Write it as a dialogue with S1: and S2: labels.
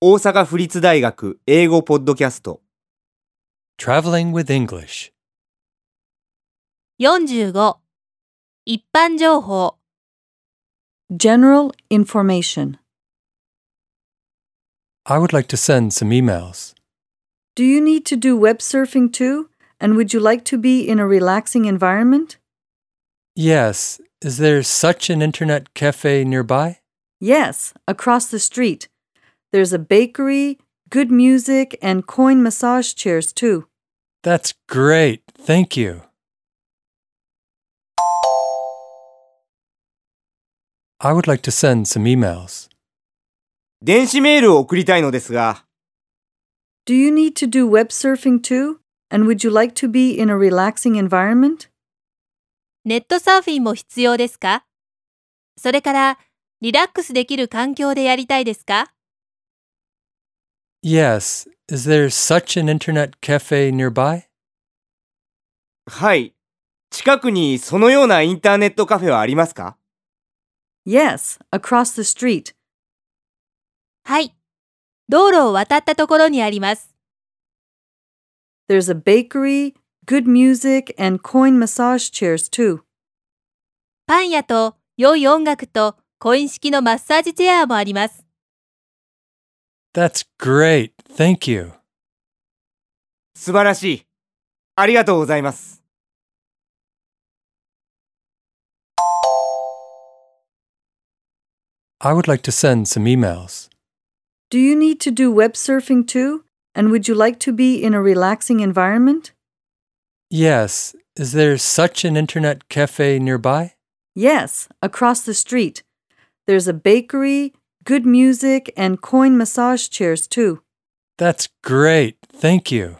S1: 大阪府立大学英語ポッドキャスト
S2: Traveling with English.
S3: 45一般情報
S4: General information.
S2: I would like to send some emails.
S4: Do you need to do web surfing too? And would you like to be in a relaxing environment?
S2: Yes, is there such an internet cafe nearby?
S4: Yes, across the street. There's a bakery, good music, and coin massage chairs too.
S2: That's great. Thank you. I would like to send some emails.
S1: 電子メールを送りたいのですが
S4: Do you need to do web surfing too? And would you like to be in a relaxing environment?
S3: ネットサーフィンも必要ですかそれからリラックスできる環境でやりたいですか
S2: Yes, is there such an internet cafe nearby?
S1: はい近くにそのようなインターネットカフェはありますか
S4: Yes, across the street.
S3: はい道路を渡ったところにあります
S4: There's a bakery, good music, and coin massage chairs too.
S3: パン屋と良い音楽とコイン式のマッサージチェアもあります
S2: That's great. Thank you.
S1: 素晴らしいありがとうございます
S2: I would like to send some emails.
S4: Do you need to do web surfing too? And would you like to be in a relaxing environment?
S2: Yes, is there such an internet cafe nearby?
S4: Yes, across the street. There's a bakery, good music, and coin massage chairs too.
S2: That's great. Thank you.